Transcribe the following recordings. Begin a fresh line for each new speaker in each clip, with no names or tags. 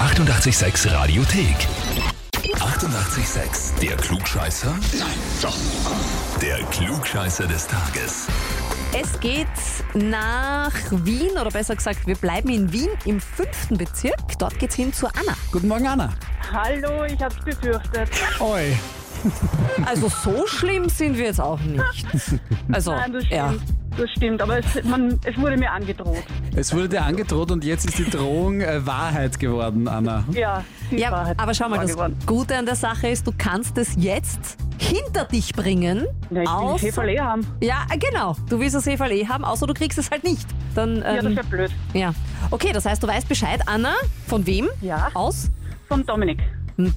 886 Radiothek. 88,6. Der Klugscheißer? Nein, doch. Der Klugscheißer des Tages.
Es geht nach Wien, oder besser gesagt, wir bleiben in Wien im fünften Bezirk. Dort geht's hin zu Anna.
Guten Morgen, Anna.
Hallo, ich hab's befürchtet.
Oh,
Oi.
Also so schlimm sind wir jetzt auch nicht. Also,
Nein, das
ja.
stimmt. Das stimmt, aber es, man, es wurde mir angedroht.
Es wurde dir angedroht und jetzt ist die Drohung äh, Wahrheit geworden, Anna.
Ja, die
ja.
Wahrheit
Aber schau mal,
war
das
geworden.
Gute an der Sache ist, du kannst es jetzt hinter dich bringen.
Ja, ich will
außer-
den Heferl eh haben.
ja, äh, genau. Du willst das Heferl eh haben, außer du kriegst es halt nicht. Dann, ähm,
Ja, das wäre blöd.
ja. Okay, das heißt, du weißt Bescheid, Anna, von wem?
Ja.
Aus? Hm,
Vom Dominik,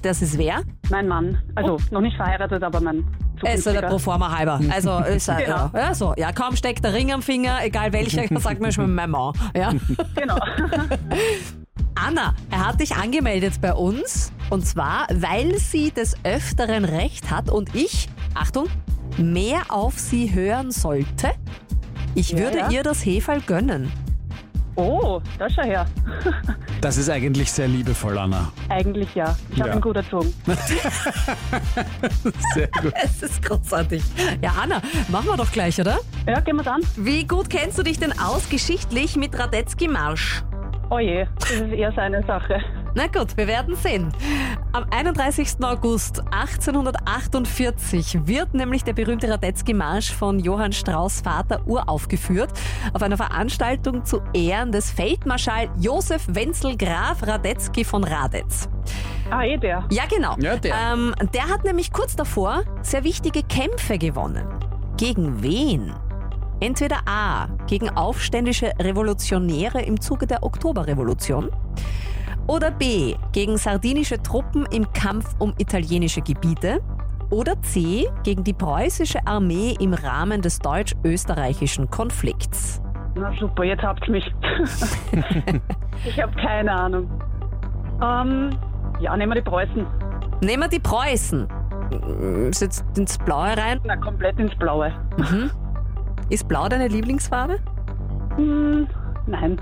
Das ist wer?
mein Mann. Also noch nicht verheiratet, aber mein
Es Oh. ist der
zukünftiger.
Proforma halber. Also, ist er,
Genau.
ja, so. ja, kaum steckt der Ring am Finger, egal welcher, dann sagt man schon mein Mann. Ja.
Genau.
Anna, er hat dich angemeldet bei uns und zwar, weil sie des Öfteren recht hat und ich, Achtung, mehr auf sie hören sollte. Ich
Ja,
würde
ja.
ihr das Hefal gönnen.
Oh, da schau her.
Das ist eigentlich sehr liebevoll, Anna.
Eigentlich ja. Ich habe
Ja.
ihn gut erzogen.
Sehr gut.
Es ist großartig. Ja, Anna, machen wir doch gleich, oder?
Ja, gehen wir dann.
Wie gut kennst du dich denn aus geschichtlich mit Radetzky Marsch?
Oh je, das ist eher seine Sache.
Na gut, wir werden sehen. Am 31. August 1848 wird nämlich der berühmte Radetzky-Marsch von Johann Strauß Vater uraufgeführt auf einer Veranstaltung zu Ehren des Feldmarschall Josef Wenzel Graf Radetzky von Radetz.
Ah, eh der.
Ja, genau.
Ja, der.
Ähm, der hat nämlich kurz davor sehr wichtige Kämpfe gewonnen. Gegen wen? Entweder A. Gegen aufständische Revolutionäre im Zuge der Oktoberrevolution. Oder B. Gegen sardinische Truppen im Kampf um italienische Gebiete. Oder C. Gegen die preußische Armee im Rahmen des deutsch-österreichischen Konflikts.
Na super, jetzt habt ihr mich. ich habe keine Ahnung. Ähm, ja, nehmen wir die Preußen.
Nehmen wir die Preußen. Ist jetzt ins Blaue rein.
Na, komplett ins Blaue.
Ist Blau deine Lieblingsfarbe?
Hm, nein.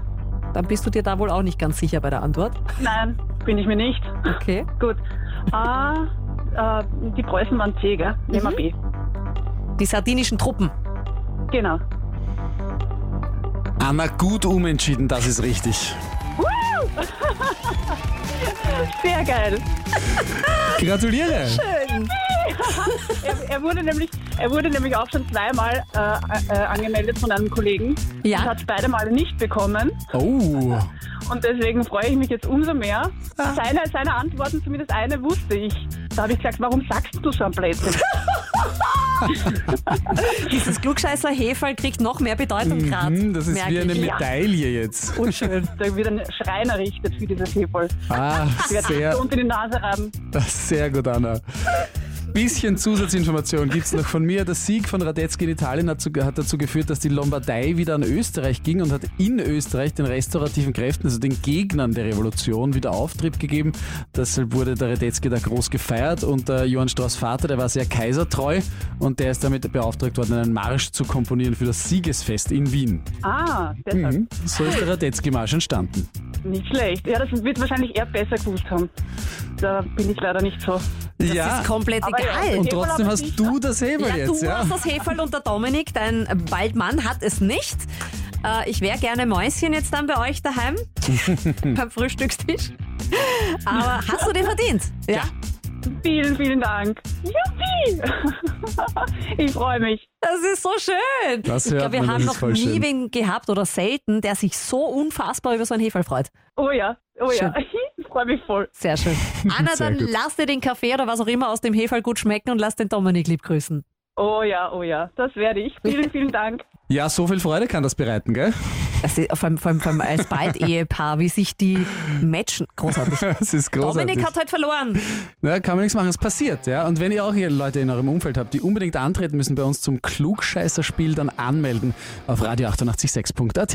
Dann bist du dir da wohl auch nicht ganz sicher bei der Antwort.
Nein, bin ich mir nicht.
Okay.
Gut. Ah, äh, die Preußen waren C, gell? Nehmen wir B.
Die sardinischen Truppen.
Genau.
Anna, gut umentschieden, das ist richtig.
Sehr geil.
Gratuliere.
Er, er, wurde, nämlich, er wurde nämlich auch schon zweimal äh, äh, angemeldet von einem Kollegen.
Ja.
Und hat beide Male nicht bekommen.
Oh.
Und deswegen freue ich mich jetzt umso mehr. Seine, seine Antworten, zumindest eine, wusste ich. Da habe ich gesagt, warum sagst du so ein Blödsinn?
Dieses Klugscheißer Heferl kriegt noch mehr Bedeutung gerade.
Hm, das ist
merke
wie eine
ich.
Medaille jetzt.
Unschön. Da wird ein Schrein errichtet für dieses Hefol.
Ah,
Ich werde
sehr,
so unter die Nase reiben.
das, sehr gut, Anna. Bisschen Zusatzinformation gibt's noch von mir. Der Sieg von Radetzky in Italien hat, zu, hat dazu geführt, dass die Lombardei wieder an Österreich ging und hat in Österreich den restaurativen Kräften, also den Gegnern der Revolution, wieder Auftrieb gegeben. Deshalb wurde der Radetzky da groß gefeiert und der Johann Strauß Vater, der war sehr kaisertreu und der ist damit beauftragt worden, einen Marsch zu komponieren für das Siegesfest in Wien.
Ah, deshalb.
Mhm.
So ist der Radetzky-Marsch entstanden.
Nicht schlecht. Ja, das wird wahrscheinlich er besser gewusst haben. Da bin ich leider nicht so.
ja,
Ist komplett
Aber ja,
egal.
und trotzdem hast du das Hebel
ja,
jetzt,
du
ja?
hast das Heferl und der Dominik, dein Waldmann, hat es nicht. Äh, ich wäre gerne Mäuschen jetzt dann bei euch daheim. beim Frühstückstisch. Aber hast du den verdient? Ja.
Vielen, vielen Dank. Juppie! Ich freue mich.
Das ist so schön.
Das
ich
hört
glaube, wir
man, das
haben
ist
noch
voll
nie
schön.
wen gehabt oder selten, der sich so unfassbar über so ein Heferl freut.
Oh ja, oh ja. Ich freue mich voll.
Sehr schön. Anna,
Sehr
dann
gut.
lass dir den Kaffee oder was auch immer aus dem Heferl gut schmecken und lass den Dominik lieb grüßen.
Oh ja, oh ja. Das werde ich. Vielen, vielen Dank.
Ja, so viel Freude kann das bereiten, gell?
Das ist, vor allem, vor allem, vor allem als Bald-Ehepaar, wie sich die matchen. Großartig.
Das ist großartig.
Dominik hat heute verloren.
ja, kann man nichts machen, es passiert, ja. Und wenn ihr auch hier Leute in eurem Umfeld habt, die unbedingt antreten müssen bei uns zum Klugscheißerspiel, dann anmelden auf radio886.at.